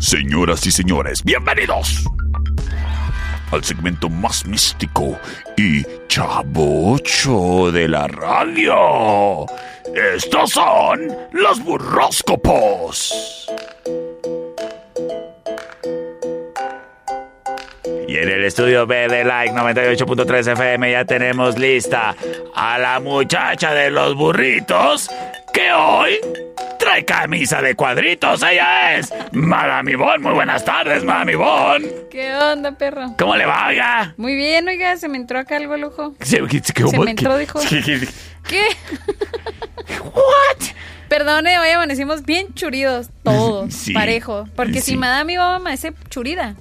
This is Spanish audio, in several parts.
Señoras y señores, bienvenidos al segmento más místico y chabocho de la radio. Estos son los burroscopos. Y en el estudio B de Like 98.3 FM ya tenemos lista a la muchacha de los burritos que hoy trae camisa de cuadritos. Ella es Madame Yvonne. Muy buenas tardes, Madame Yvonne. ¿Qué onda, perro? ¿Cómo le va, oiga? Muy bien, oiga, se me entró acá algo al ojo. Se, Se me entró, dijo. ¿Qué? ¿What? Perdone, hoy amanecimos bien churidos, todos, Sí, parejo. Porque sí. si Madame Iba amanece churida,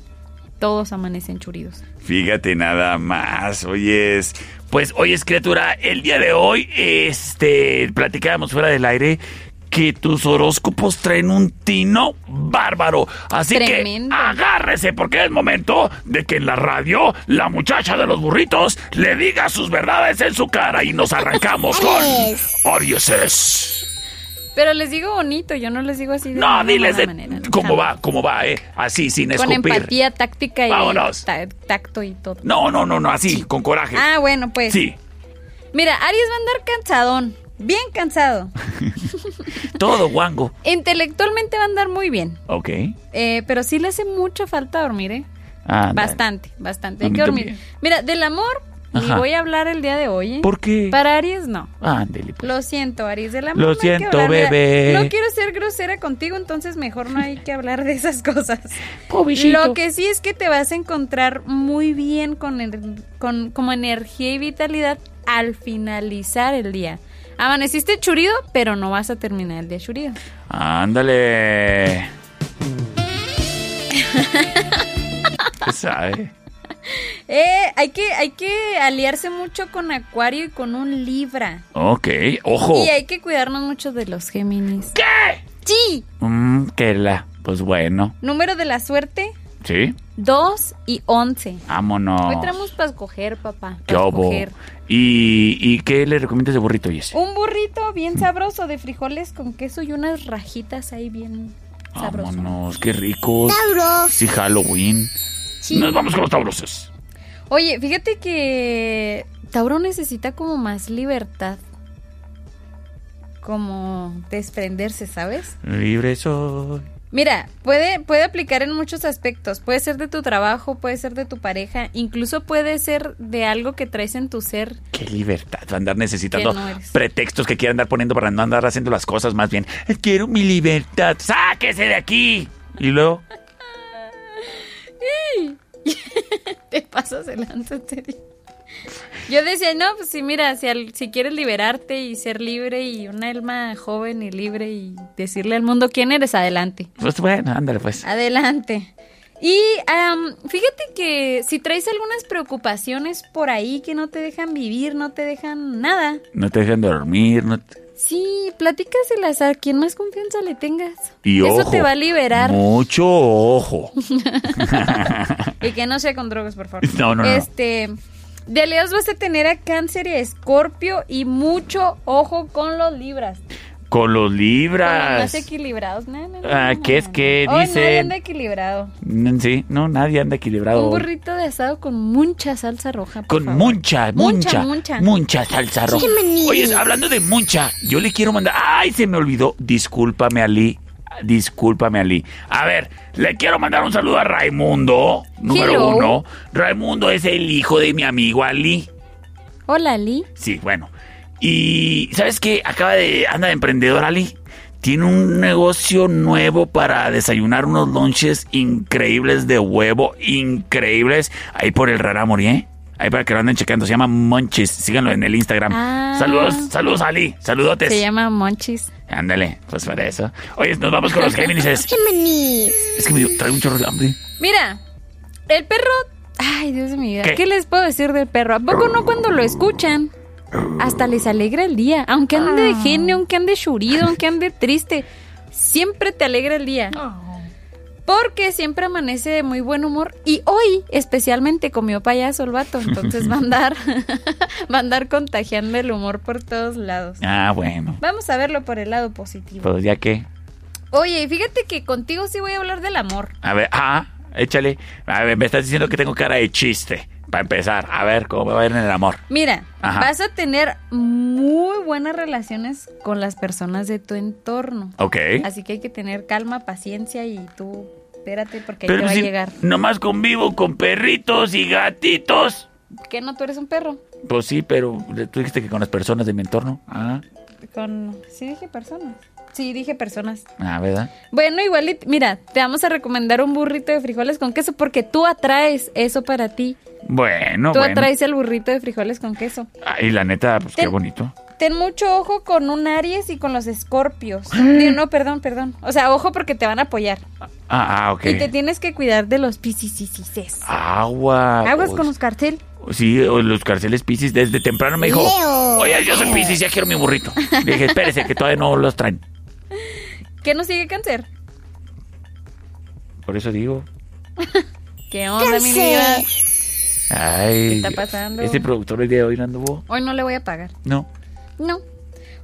todos amanecen churidos. Fíjate nada más, oye, es- Pues hoy es criatura, el día de hoy, este, platicábamos fuera del aire que tus horóscopos traen un tino bárbaro. Así Tremendo. que agárrese porque es momento de que en la radio la muchacha de los burritos le diga sus verdades en su cara y nos arrancamos con Orieses. Pero les digo bonito, yo no les digo así de No, ninguna diles mala de manera, ¿no? cómo Jamás. va, cómo va, eh, así sin Con escupir. empatía, táctica y Vámonos. ta- tacto y todo. No, no, no, no, así, con coraje. Ah, bueno, pues. Sí. Mira, Aries va a andar cansadón, bien cansado. Todo guango. Intelectualmente va a andar muy bien, Ok. eh, pero sí le hace mucha falta dormir, ¿eh? Ah, Bastante, bastante. A Hay mí que dormir. también. Mira, del amor ni Ajá. voy a hablar el día de hoy. ¿eh? ¿Por qué? Para Aries no. Ándele, pues. Lo siento, Aries, del amor. Lo no hay que siento, hablar, mira, bebé. No quiero ser grosera contigo, entonces mejor no hay que hablar de esas cosas. Pobrecito. Lo que sí es que te vas a encontrar muy bien con, el- con como energía y vitalidad al finalizar el día. Amaneciste churido, pero no vas a terminar el día churido. Ándale. ¿Qué sabe? Eh, hay que, hay que aliarse mucho con Acuario y con un Libra. Ok, ojo. Y hay que cuidarnos mucho de los Géminis. Oh. ¿Qué? Sí. Mm, que la. Pues bueno, Número de la suerte, sí. 2 y 11. Hoy Vámonos. traemos para escoger, papá. ¿Qué pa' hubo? escoger. ¿Y, ¿Y qué le recomiendas de burrito, Jesse? Un burrito bien sabroso de frijoles con queso y unas rajitas ahí bien sabroso. Vámonos, qué rico. Tauros. Sí, Halloween. Sí. Nos vamos con los tauroces. Oye, fíjate que Tauro necesita como más libertad. Como desprenderse, ¿sabes? Libre soy. Mira, puede, puede aplicar en muchos aspectos. Puede ser de tu trabajo, puede ser de tu pareja, incluso puede ser de algo que traes en tu ser. Qué libertad, va a andar necesitando Que no eres. pretextos que quiera andar poniendo para no andar haciendo las cosas más bien. Quiero mi libertad, sáquese de aquí. Y luego, Te pasas el lanza, te digo. Yo decía, no, pues sí, mira, si, al- si quieres liberarte y ser libre y un alma joven y libre y decirle al mundo quién eres, adelante. pues bueno, ándale pues. Adelante. Y am, fíjate que si traes algunas preocupaciones por ahí que no te dejan vivir, no te dejan nada, No te dejan dormir, no te- Sí, platícaselas a quien más confianza le tengas. y Eso ojo, te va a liberar. Mucho ojo. Y que no sea con drogas, por favor. No, no, no. Este, de Leos vas a tener a Cáncer y a Escorpio y mucho ojo con los Libras. Con los Con los más libras. equilibrados. No, no, no, Ah, no, ¿qué no, es que no. Hoy nadie dicen? anda equilibrado. Mm, Sí, no, nadie anda equilibrado. Un hoy. burrito de asado con mucha salsa roja. por Con favor. mucha, Mucha, mucha, mucha. mucha, salsa roja. Oye, hablando de mucha, yo le quiero mandar. ¡Ay, se me olvidó! Discúlpame, Ali. Discúlpame, Ali. A ver, le quiero mandar un saludo a Raimundo, número Hello. uno. Raimundo es el hijo de mi amigo Ali. Hola, Lee. Sí, bueno. Y, ¿sabes qué? Acaba de. Anda de emprendedor, Ali. Tiene un negocio nuevo para desayunar unos lunches increíbles de huevo, increíbles. Ahí por el Raramori, ¿eh? Ahí para que lo anden checando. Se llama Monchis. Síganlo en el Instagram. Ah. Saludos, saludos Ali. Saludotes. Se llama Monchis. Ándale, pues para eso. Oye, nos vamos con los Géminis. Es que me dio- traigo un chorro de hambre. Mira, el perro. Ay, Dios de mi vida. ¿Qué? ¿Qué? les puedo decir del perro? ¿A poco no cuando lo escuchan? Hasta les alegra el día. Aunque ande de genio, aunque ande churido, aunque ande triste. Siempre te alegra el día. Porque siempre amanece de muy buen humor. Y hoy, especialmente, comió payaso el vato. Entonces va a andar, va a andar contagiando el humor por todos lados. Ah, bueno. Vamos a verlo por el lado positivo. Pues ya que. Oye, y fíjate que contigo sí voy a hablar del amor. A ver, ah, échale. A ver, me estás diciendo que tengo cara de chiste. Para empezar, a ver cómo me va a ir en el amor. Mira, Ajá. vas a tener muy buenas relaciones con las personas de tu entorno. Ok. Así que hay que tener calma, paciencia y tú espérate porque ahí te Pero va si a llegar. nomás convivo con perritos y gatitos. ¿Qué no? Tú eres un perro. Pues sí, pero tú dijiste que con las personas de mi entorno. Ah, Con... Sí dije personas. Sí, dije personas. ah ¿verdad? Bueno, igual, y- mira, te vamos a recomendar un burrito de frijoles con queso porque tú atraes eso para ti. Bueno, tú Ah, bueno. atraes el burrito de frijoles con queso. Ay, la neta, pues qué Ten- bonito. Ten mucho ojo con un Aries y con los escorpios. Digo, No, perdón, perdón. O sea, ojo porque te van a apoyar. Ah, ah, ok. Y te tienes que cuidar de los piscis. Agua. Aguas o- con los cartel. Sí, o los carceles Piscis. Desde temprano me dijo, oye, yo soy Piscis, ya quiero mi burrito. Le dije, espérese, que todavía no los traen. ¿Qué nos sigue cáncer? Por eso digo, ¿Qué onda, mi vida? ay. ¿Qué está Dios. pasando? Este productor el día de hoy no anduvo. Hoy no le voy a pagar. No. No.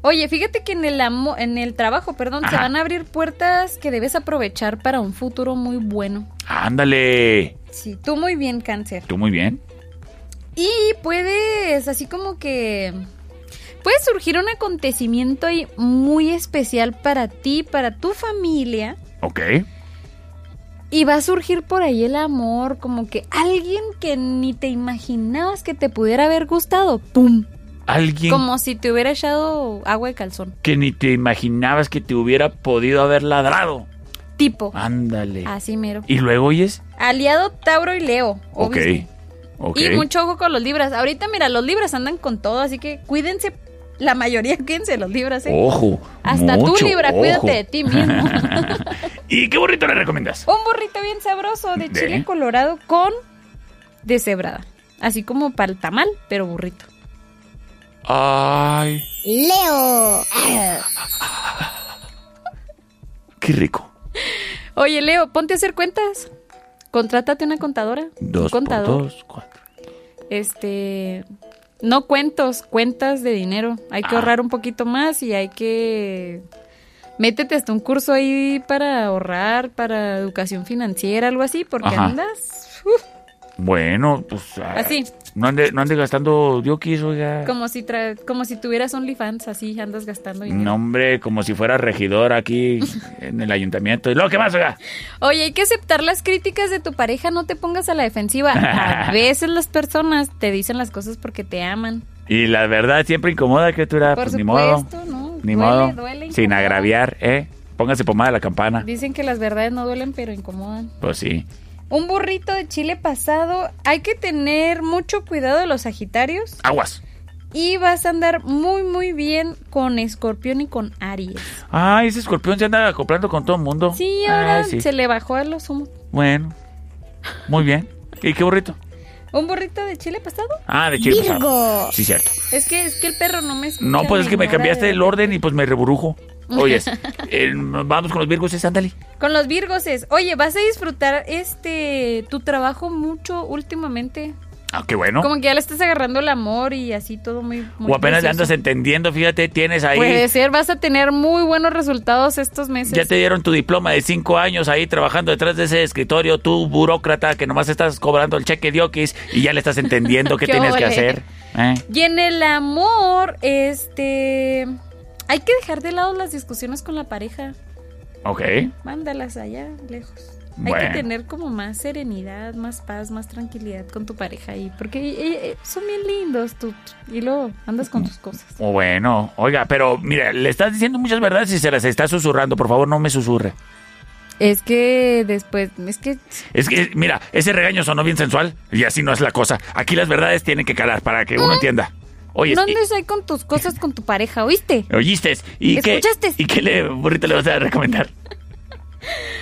Oye, fíjate que en el amo- en el trabajo, perdón, se Ajá. van a abrir puertas que debes aprovechar para un futuro muy bueno. Ándale. Sí, tú muy bien, cáncer. Tú muy bien. Y puedes, así como que puede surgir un acontecimiento ahí muy especial para ti, para tu familia. Ok. Y va a surgir por ahí el amor, como que alguien que ni te imaginabas que te pudiera haber gustado, ¡pum! Alguien Como si te hubiera echado agua de calzón. que ni te imaginabas que te hubiera podido haber ladrado. Tipo. Ah, Ándale. Así mero. Y luego oyes. Aliado Tauro y Leo. Ok. obvio. Ok. Y mucho ojo con los libras. Ahorita, mira, los libras andan con todo, así que cuídense. La mayoría cuídense los libras, ¿eh? Ojo. Hasta tú, mucho Libra, ojo. cuídate de ti mismo. ¿Y qué burrito le recomiendas? Un burrito bien sabroso de ¿De? chile colorado con deshebrada. Así como para el tamal, pero burrito. Ay. Leo. Qué rico. Oye, Leo, ponte a hacer cuentas. Contrátate una contadora. Dos un por contador. dos, cuatro. Este. No cuentos, cuentas de dinero. Hay que Ah. ahorrar un poquito más y hay que. Métete hasta un curso ahí para ahorrar, para educación financiera, algo así, porque Ajá. andas uf, Bueno, pues. ah, Así. No ande, no ande gastando diokis, oiga. como si tra- como si tuvieras OnlyFans, así andas gastando dinero. No, hombre, como si fuera regidor aquí en el ayuntamiento. ¿Y luego qué más, oiga? Oye, hay que aceptar las críticas de tu pareja, no te pongas a la defensiva. A veces las personas te dicen las cosas porque te aman. Y la verdad siempre incomoda, criatura. Por pues ni modo. supuesto, ¿no? Ni duele, modo. duele. Sin incomoda. agraviar, ¿eh? Póngase pomada a la campana. Dicen que las verdades no duelen, pero incomodan. Pues sí. Un burrito de chile pasado. Hay que tener mucho cuidado de los Sagitarios. Aguas. Y vas a andar muy, muy bien con Escorpión y con Aries. Ay, ese escorpión se anda acoplando con todo el mundo. Sí, ahora Ay, sí. se le bajó a los humos. Bueno. Muy bien. ¿Y qué burrito? ¿Un burrito de chile pasado? Ah, de chile pasado. Sí, cierto. Es que, es que el perro no me escucha. No, pues es que me ignora cambiaste de- el orden y pues me reburujo. Oyes, eh, vamos con los virgos, es ándale. Con los virgoses. Oye, vas a disfrutar este tu trabajo mucho últimamente. Ah, qué bueno. Como que ya le estás agarrando el amor y así todo muy... muy o apenas le precioso. andas entendiendo, fíjate, tienes ahí. Puede ser, vas a tener muy buenos resultados estos meses. Ya te dieron tu diploma de cinco años ahí trabajando detrás de ese escritorio, tú burócrata que nomás estás cobrando el cheque de Oquis y ya le estás entendiendo qué Qué tienes que ole. hacer. ¿eh? Y en el amor, este. Hay que dejar de lado las discusiones con la pareja. Ok. Mándalas allá, lejos. Hay Bueno. que tener como más serenidad, más paz, más tranquilidad con tu pareja ahí. Porque eh, eh, son bien lindos tú. Y luego andas con tus cosas. O Bueno, oiga, pero mira, le estás diciendo muchas verdades y se las está susurrando. Por favor, no me susurre. Es que después, es que Es que, mira, ese regaño sonó bien sensual y así no es la cosa. Aquí las verdades tienen que calar para que uno entienda. Oye, no andes ahí con tus cosas con tu pareja, ¿oíste? y- ¿oíste? ¿Y qué, ¿Escuchaste? ¿Y qué le, burrito le vas a recomendar?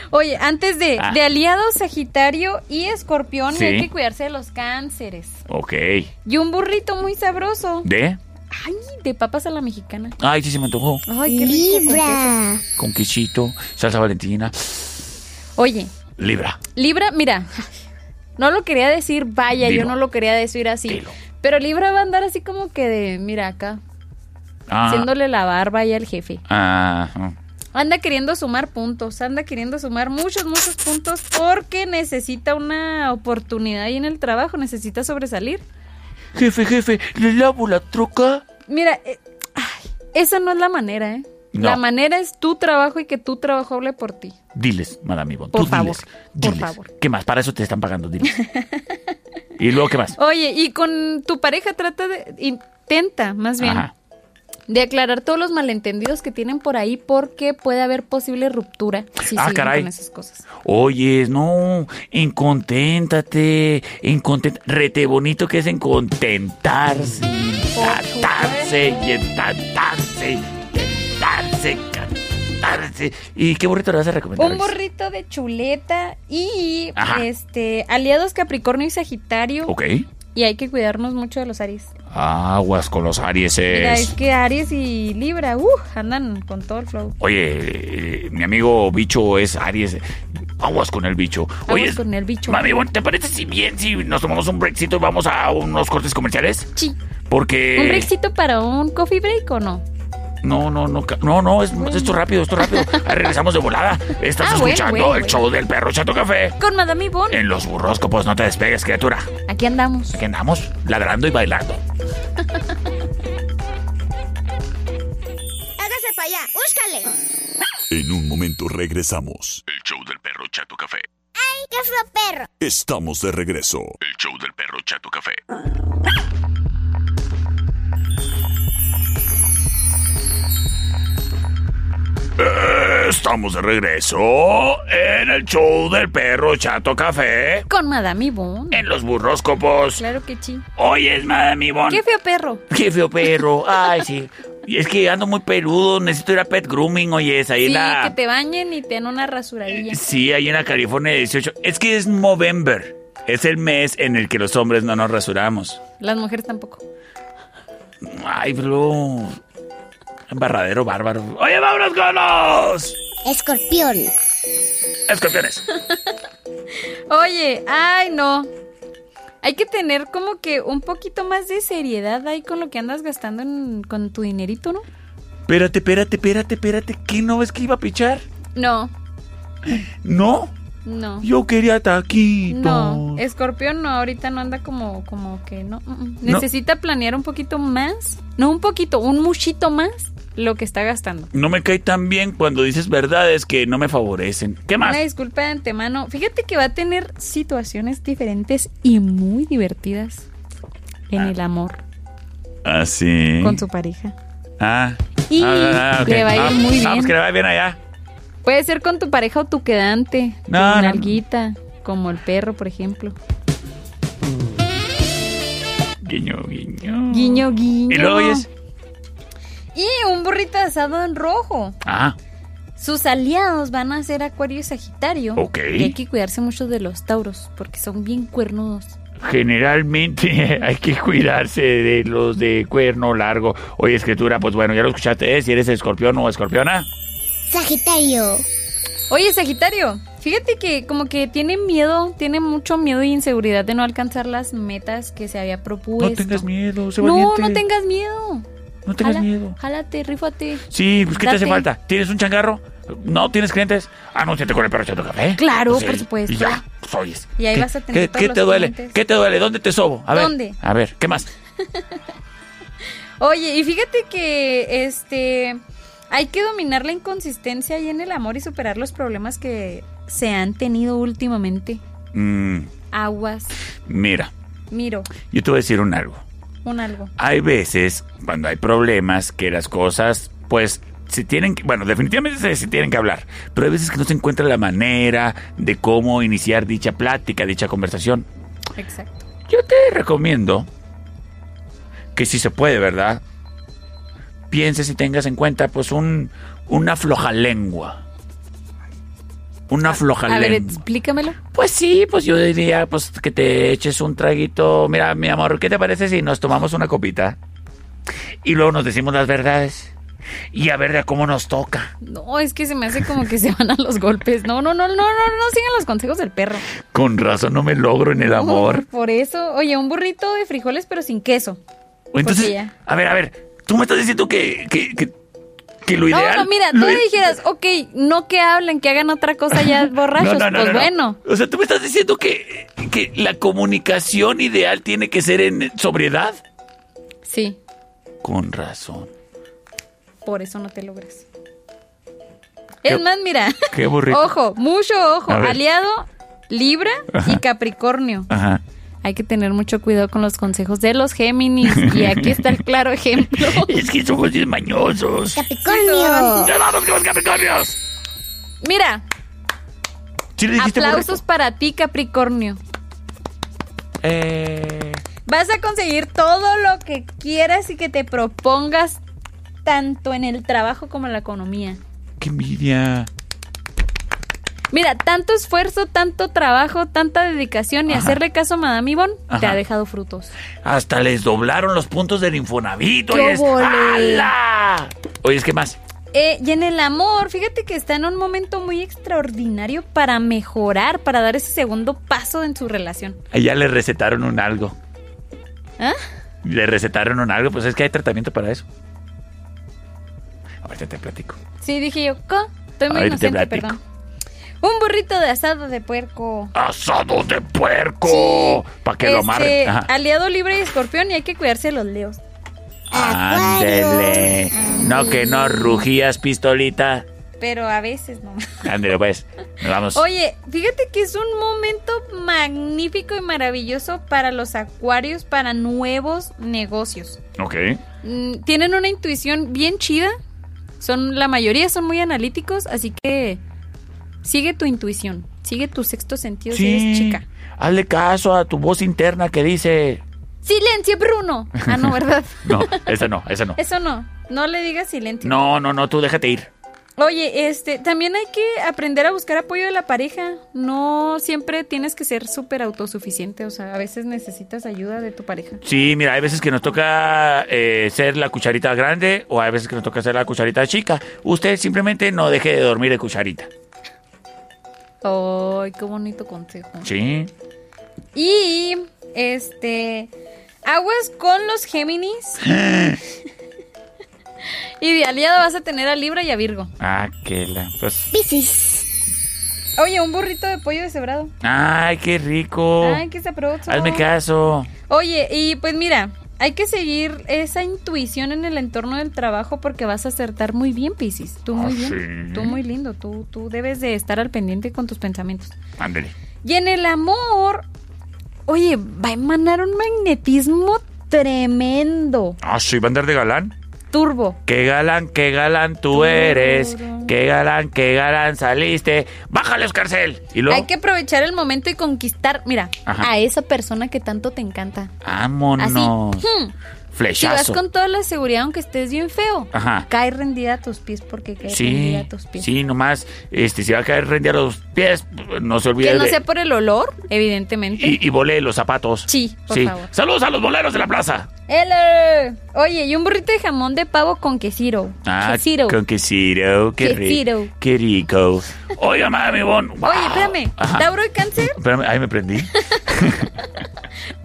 Oye, antes de, Ah. de aliados Sagitario y Escorpión, Sí. hay que cuidarse de los cánceres. Ok. Y un burrito muy sabroso. ¿De? Ay, de papas a la mexicana. Ay, sí se me antojó. Ay, qué rico. con queso. Libra. Con quesito, salsa valentina. Oye, Libra. Libra, mira, no lo quería decir, vaya, Dilo. yo no lo quería decir así. Dilo. Pero Libra va a andar así como que de, mira acá, Ah, haciéndole la barba ahí al jefe. ah, ah. Anda queriendo sumar puntos, anda queriendo sumar muchos, muchos puntos porque necesita una oportunidad ahí en el trabajo, necesita sobresalir. Jefe, jefe, ¿le lavo la troca? Mira, eh, ay, esa no es la manera, ¿eh? No. La manera es tu trabajo y que tu trabajo hable por ti. Diles, madame Ivonne. Por tú diles, favor, por diles. favor. ¿Qué más? Para eso te están pagando, diles. ¿Y luego qué más? Oye, y con tu pareja trata de, intenta más bien, Ajá. de aclarar todos los malentendidos que tienen por ahí porque puede haber posible ruptura si Ah, siguen caray. con esas cosas. Oyes, no, enconténtate, encontent... rete bonito que es encontentarse, tratarse y encantarse, tentarse, cantarse. ¿Y qué burrito le vas a recomendar? Un Alex? burrito de chuleta y Ajá. este aliados Capricornio y Sagitario Ok, y hay que cuidarnos mucho de los Aries. aguas con los Mira, es arieses. que Aries y Libra, uh, andan con todo el flow. Oye, eh, mi amigo bicho es aries, aguas con el bicho. Oye, Aguas con el bicho. Mami, Ivonne, ¿te parece si bien si nos tomamos un breakcito y vamos a unos cortes comerciales? Sí. Porque... ¿Un brexito para un coffee break o no? No, no, no, ca- no, no, es, esto rápido, esto rápido. Ahí regresamos de volada. Estás Ah, bueno, escuchando bueno, el bueno. show del perro Chato Café. Con Madame Yvonne. En los burroscopos no te despegues, criatura. Aquí andamos. Aquí andamos ladrando y bailando. Hágase para allá. ¡Búscale! En un momento regresamos. El show del perro Chato Café. ¡Qué feo perro! Estamos de regreso. El show del perro Chato Café. Estamos de regreso en el show del perro Chato Café. Con Madame Yvonne. En los burroscopos. Claro que sí. Hoy es Madame Ivonne. Qué feo perro. Qué feo perro. Ay, sí. Y es que ando muy peludo. Necesito ir a pet grooming, oye, es ahí en Sí, la. que te bañen y te den una rasuradilla. Sí, ahí en la California 18. Es que es Movember. Es el mes en el que los hombres no nos rasuramos. Las mujeres tampoco. Ay, bro. Embarradero bárbaro. Oye, vámonos con los Escorpión. escorpiones. Oye, ay no. Hay que tener como que un poquito más de seriedad ahí con lo que andas gastando en- con tu dinerito, ¿no? Espérate, espérate, espérate, espérate. ¿Qué no ves que iba a pichar? No, No, no. yo quería taquitos. No, Escorpión no, ahorita no anda como, como que no. mm, mm. No. Necesita planear un poquito más, no un poquito, un muchito más lo que está gastando. No me cae tan bien cuando dices verdades que no me favorecen. ¿Qué más? Una disculpa de antemano. Fíjate que va a tener situaciones diferentes y muy divertidas en el amor Ah, sí. con su pareja. Ah. Y ok. le va a ir Ah, muy ah, pues bien. que le va bien allá. Puede ser con tu pareja o tu quedante, No, no, no. tu nalguita, como el perro, por ejemplo. Guiño, guiño. Guiño, guiño. ¿Y luego oyes? Y un burrito asado en rojo. Ah, Sus aliados van a ser Acuario y Sagitario. Ok. Y hay que cuidarse mucho de los tauros, porque son bien cuernudos. generalmente hay que cuidarse de los de cuerno largo. Oye, escritura, pues bueno, ya lo escuchaste. ¿eh? Si eres escorpión o escorpiona. Sagitario. Oye, Sagitario, fíjate que como que tiene miedo, tiene mucho miedo y inseguridad de no alcanzar las metas que se había propuesto. no tengas miedo, sé Pues No, valiente. no tengas miedo. No tengas Jala- miedo. Jálate, rífate. Sí, pues ¿qué te hace Date. falta? ¿Tienes un changarro? ¿No tienes clientes? Anúnciate con el perro chato café. Claro, Pues, por sí, supuesto. Y ya, pues oyes. Y ahí ¿Qué- vas a tener ¿Qué, todos qué los te duele? clientes. ¿Qué te duele? ¿Dónde te sobo? A ver. ¿Dónde? A ver, ¿qué más? Oye, y fíjate que este hay que dominar la inconsistencia ahí en el amor y superar los problemas que se han tenido últimamente. Mm, Aguas, mira, miro, yo te voy a decir un algo. un algo. Hay veces, cuando hay problemas, que las cosas, pues, se tienen que, bueno, definitivamente se, se tienen que hablar, pero hay veces que no se encuentra la manera de cómo iniciar dicha plática, dicha conversación. Exacto. Yo te recomiendo que si se puede, ¿verdad? Pienses y tengas en cuenta pues un una floja lengua. Una floja A ver, lengua. explícamelo. Pues sí, pues yo diría pues que te eches un traguito. Mira, mi amor, ¿qué te parece si nos tomamos una copita? Y luego nos decimos las verdades. Y a ver de cómo nos toca. No, es que se me hace como que se van a los golpes. No, no, no, no, no, no sigan los consejos del perro. Con razón no me logro en el amor. No, por eso, oye, un burrito de frijoles pero sin queso. Entonces, Pues ya. a ver, a ver, tú me estás diciendo que, que, que, que lo ideal... no, no, mira, lo tú i- dijeras, ok, no que hablen, que hagan otra cosa ya borrachos. pues bueno. O sea, tú me estás diciendo que, que la comunicación ideal tiene que ser en sobriedad. Sí, Con razón. por eso no te logras. Qué- Es más, mira. qué burrito. Ojo, mucho ojo. A ver. Aliado, Libra y Capricornio. Ajá. Hay que tener mucho cuidado con los consejos de los Géminis. Y aquí está el claro ejemplo. Es que somos bien mañosos. Capricornio. ¡Ya vamos con los Capricornios! Mira, ¿Sí le dijiste aplausos para ti, Capricornio. correcto? Eh, Vas a conseguir todo lo que quieras y que te propongas, tanto en el trabajo como en la economía. ¡Qué envidia! Mira, tanto esfuerzo, tanto trabajo, tanta dedicación y hacerle caso a Madame Ivonne te Ajá. ha dejado frutos. Hasta les doblaron los puntos del Infonavit. ¡Qué Oye, es... vole! ¡Hala! Oye, ¿qué más? Eh, y en el amor, fíjate que está en un momento muy extraordinario para mejorar, para dar ese segundo paso en su relación. Ya le recetaron un algo. ¿Ah? Le recetaron un algo. Pues es que hay tratamiento para eso. Ahorita te platico. Sí, dije yo, ¿co? Estoy muy Ahorita te inocente, platico. perdón. Un burrito de asado de puerco. ¡Asado de puerco! Para que lo Este, amarren. Ajá. aliado libre y escorpión y hay que cuidarse de los leos. Ándele. No que no rugías, pistolita. Pero a veces no. Ándele, pues. Nos vamos. Oye, fíjate que es un momento magnífico y maravilloso para los acuarios, para nuevos negocios. Ok. Mm, Tienen una intuición bien chida. Son, la mayoría son muy analíticos, así que sigue tu intuición, sigue tu sexto sentido si eres chica. Hazle caso a tu voz interna que dice. ¡Silencio, Bruno! Ah, no, ¿verdad? No, esa no, esa no. Eso no. No le digas silencio. No, no, no, tú déjate ir. Oye, este, también hay que aprender a buscar apoyo de la pareja. No siempre tienes que ser súper autosuficiente. O sea, a veces necesitas ayuda de tu pareja. Sí, mira, hay veces que nos toca eh, ser la cucharita grande o hay veces que nos toca ser la cucharita chica. Usted simplemente no deje de dormir de cucharita. Ay, qué bonito consejo. Sí. Y, este, aguas con los Géminis. y de aliado vas a tener a Libra y a Virgo. Ah, qué la. Pues. Piscis. Oye, un burrito de pollo deshebrado. Ay, qué rico. Ay, qué sabroso. Oh. Hazme caso. Oye, y pues mira, hay que seguir esa intuición en el entorno del trabajo porque vas a acertar muy bien, Piscis. Tú muy Ah, bien, sí. tú muy lindo, tú, tú debes de estar al pendiente con tus pensamientos. Ándele. Y en el amor, oye, va a emanar un magnetismo tremendo, Ah, sí, va a andar de galán. turbo. Qué galán, qué galán tú eres. Qué galán, qué galán saliste. Bájale, Oscarcel. Y luego. Hay que aprovechar el momento y conquistar, mira, Ajá. Oh, a esa persona que tanto te encanta. Así, Vámonos. hmm, si vas Flechazo. con toda la seguridad, aunque estés bien feo, Ajá. cae rendida a tus pies porque cae rendida Sí, a tus pies. sí, nomás, este, si va a caer rendir a los pies, no se olvide Que no de- sea por el olor, evidentemente. y, y vole los zapatos. Sí, por favor. Saludos a los boleros de la plaza. ¡Hello! Oye, y un burrito de jamón de pavo con quesiro. quesiro. Ah, con quesiro, qué rico. Quesiro. Qué rico. Oiga, mami, bon. wow. Oye, espérame. Ajá. Tauro y cáncer. Espérame, ahí me prendí.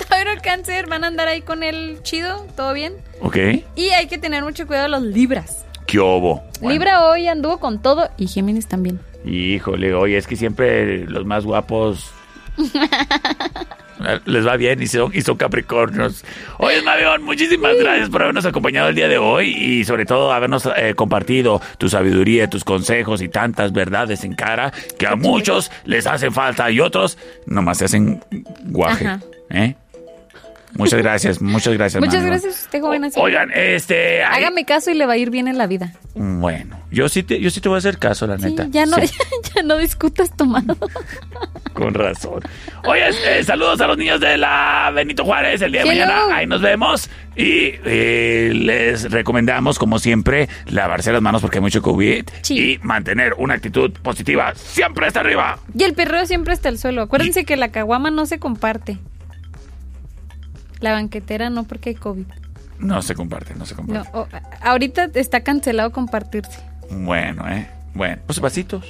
Tauro y cáncer. Van a andar ahí con él chido. ¿Todo bien? ok. Y hay que tener mucho cuidado los libras. ¿Qué obo? Bueno. Libra hoy anduvo con todo y Géminis también. Híjole, oye, es que siempre los más guapos les va bien y son, y son capricornios. Oye, Mavión, muchísimas gracias por habernos acompañado el día de hoy y sobre todo habernos eh, compartido tu sabiduría, tus consejos y tantas verdades en cara que a muchos les hacen falta y otros nomás se hacen guaje. Ajá. ¿eh? Muchas gracias, muchas gracias. Muchas Mami Bon. gracias, usted joven así. Oigan, este... ay, Hágame caso y le va a ir bien en la vida. Bueno, yo sí, te, yo sí te voy a hacer caso, la Sí, neta. ya no, Sí, ya no discutas tomado. con razón. Oye, eh, saludos a los niños de la Benito Juárez el día de Hello. mañana. Ahí nos vemos. Y eh, les recomendamos, como siempre, lavarse las manos porque hay mucho COVID. Sí. Y mantener una actitud positiva. Siempre está arriba. Y el perreo siempre está al suelo. Acuérdense que la caguama no se comparte. La banquetera no porque hay COVID. No se comparte, no se No, comparte. o- ahorita está cancelado compartirse. Bueno, ¿eh? Bueno, pues vasitos.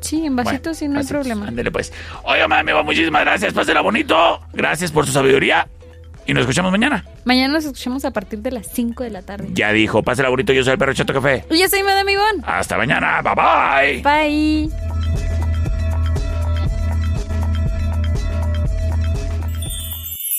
Sí, en vasitos sí no hay problema. Ándale, pues. Oye, mami, va, muchísimas gracias. Pásela bonito. Gracias por su sabiduría. Y nos escuchamos mañana. Mañana nos escuchamos a partir de las 5 de la tarde. Ya dijo, pásela bonito. Yo soy el perro Chato Café. Y yo soy Madame Ivonne. Hasta mañana. Bye bye. Bye.